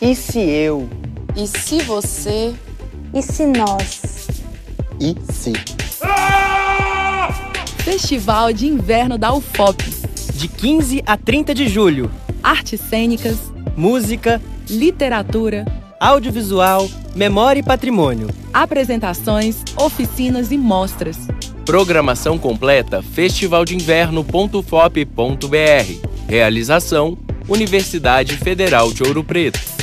E se eu? E se você? E se nós? E se? Festival de Inverno da UFOP. De 15 a 30 de julho. Artes cênicas, música, literatura, audiovisual, memória e patrimônio. Apresentações, oficinas e mostras. Programação completa festivaldeinverno.fop.br. Realização Universidade Federal de Ouro Preto.